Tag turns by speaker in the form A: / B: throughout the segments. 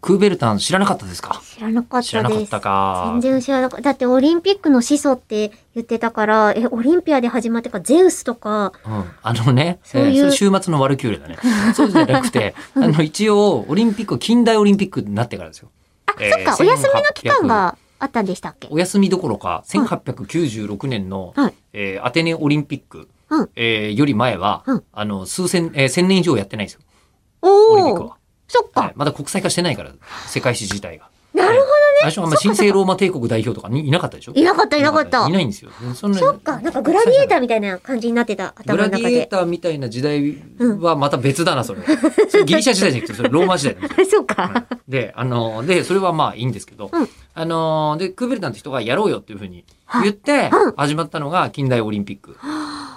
A: クーベルタン知らなかったですか
B: 知らなかったです。
A: 知らなかったか
B: 全。然知らなかった。だってオリンピックの始祖って言ってたから、え、オリンピアで始まってからゼウスとか、
A: うん、あのね、
B: そういう
A: えーそれ週末のワルキューレ だね。そうじゃなくて、あの、一応、オリンピック、近代オリンピックになってからですよ。
B: あ、
A: えー
B: そっか、お休みの期間があったんでしたっけ
A: お休みどころか、1896年の、
B: はい
A: えーアテネオリンピック、
B: うん
A: えーより前は、
B: うん
A: あの、数千、えー千年以上やってないんですよ、オリンピッ
B: お
A: ク
B: お
A: は。
B: そっ
A: は
B: か
A: い、まだ国際化してないから、世界史自体が。
B: なるほどね。
A: 最初はあんま神聖ローマ帝国代表とかにいなかったでしょ
B: いなかったいなかった
A: いないんですよ。そんな
B: そっか、なんかグラディエーターみたいな感じになってた、
A: グ
B: 頭
A: ラ
B: の
A: デ
B: 中
A: ィエー
B: で。
A: ターみたいな時代はまた別だな、それ。 それギリシャ時代じゃなくて、それローマ時代なんですよ
B: そうか。
A: で、あの、で、それはまあいいんですけど、
B: うん
A: あの、で、クーベルタンって人がやろうよっていうふうに言って
B: う、
A: 始まったのが近代オリンピック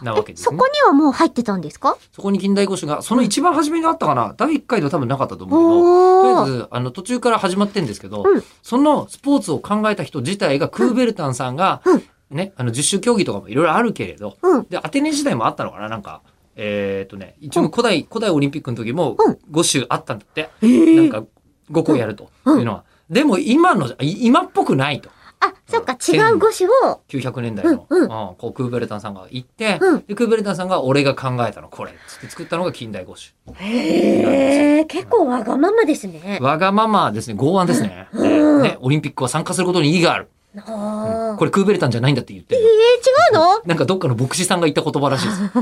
A: なわけ
B: え
A: です
B: そ
A: ね。
B: こにはもう入ってたんですか
A: そこに近代五種が、その一番初めにあったかな、第1回では多分なかったと思うけど、とりあえ
B: おー
A: ず、あの、途中から始まってんですけど、
B: うん
A: そのスポーツを考えた人自体が、クーベルタンさんが、
B: うん
A: ね、あの、十種競技とかもいろいろあるけれど、
B: うん。
A: で、アテネ時代もあったのかななんか、えっ、とね、一応古代、古代オリンピックの時も
B: うん
A: 5種あったんだって。
B: え
A: なん
B: ー、
A: か5個やると
B: うん
A: いうのは。でも今の、い今っぽくないと。
B: あ、そっか、違う語種を、
A: 900年代の、
B: うんうん
A: こうクーベルタンさんが行って、
B: うん
A: で、クーベルタンさんが俺が考えたの、これ。つって作ったのが近代五種。
B: へえ、結構わがままですね。
A: わがままですね、剛腕ですね。
B: うん
A: ね、オリンピックは参加することに意義がある。
B: あー
A: これクーベルタンじゃないんだって言ってる
B: えー、違。うの
A: なんかどっかの牧師さんが言った言葉らしい です。ク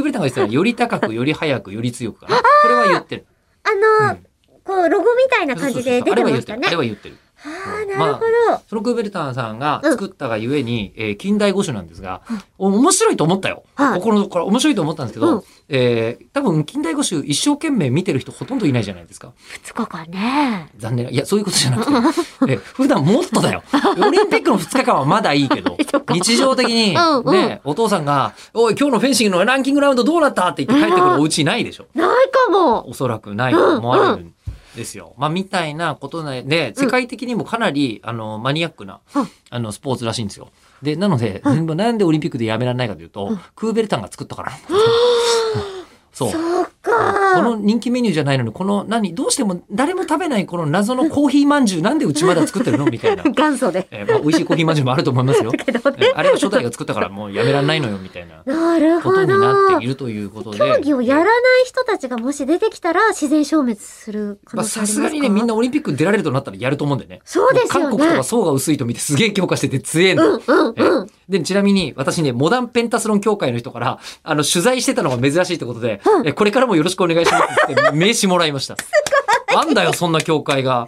A: ーベルタンが言ってたのは、より高く、より早く、より強くかな。これは言ってる。
B: あ
A: う
B: の
A: ん、
B: こう、ロゴみたいな感じで出てました
A: あ
B: ね
A: れ。は言ってる。れは言
B: あ
A: っ
B: あ、
A: て
B: な
A: まあ
B: るほど。
A: そのクーベルタンさんが作ったがゆえに、えー近代五種なんですが、お面白いと思ったよ。
B: はい
A: 心のから面白いと思ったんですけど、
B: うん
A: えー多分近代五種一生懸命見てる人ほとんどいないじゃないですか。
B: 二日間ね。
A: 残念な。いや、そういうことじゃ なくて。えー普段もっとだよ。オリンピックの2日間はまだいいけど
B: そっ、か
A: 日常的に、ね、
B: うんうん
A: お父さんが、おい、今日のフェンシングのランキングラウンドどうなったって言って帰ってくるお家ないでしょ。
B: ないかも。
A: おそらくないと思われるんですよ。まあ、みたいなことなで、世界的にもかなり、あの、マニアックな
B: うん、
A: あの、スポーツらしいんですよ。で、なので、なんでオリンピックでやめられないかというと、クーベルタンが作ったからなんですよ。 そう。こ
B: そうか。
A: の人気メニューじゃないのに、この何、どうしても誰も食べないこの謎のコーヒーまんじゅう、なんでうちまだ作ってるのみたいな。
B: 元祖で。
A: えーまあ、美味しいコーヒーまんじゅうもあると思い ますよ。
B: けど
A: えー
B: ね。
A: あれは初代が作ったからもうやめられないのよ、みたいな
B: なる
A: こ
B: ほ
A: とになっ
B: ど
A: てい。るという ことで。
B: 競技をやらない人たちがもし出てきたら自然消滅する可
A: まあ
B: 能性
A: さ
B: あります
A: す
B: か
A: がにね、みんなオリンピックに出られるとなったらやると思うんだよね。
B: そうですよね
A: もう韓国とか層が薄いと見てすげえ強化してて強えんだ
B: う
A: よ
B: んうんうん。
A: で、ちなみに私ね、モダンペンタスロン協会の人から、 あの、取材してたのが珍しいってこと で、えこれからもよろしくお願いしますって名刺もらいました。あんだよ、そんな協会が。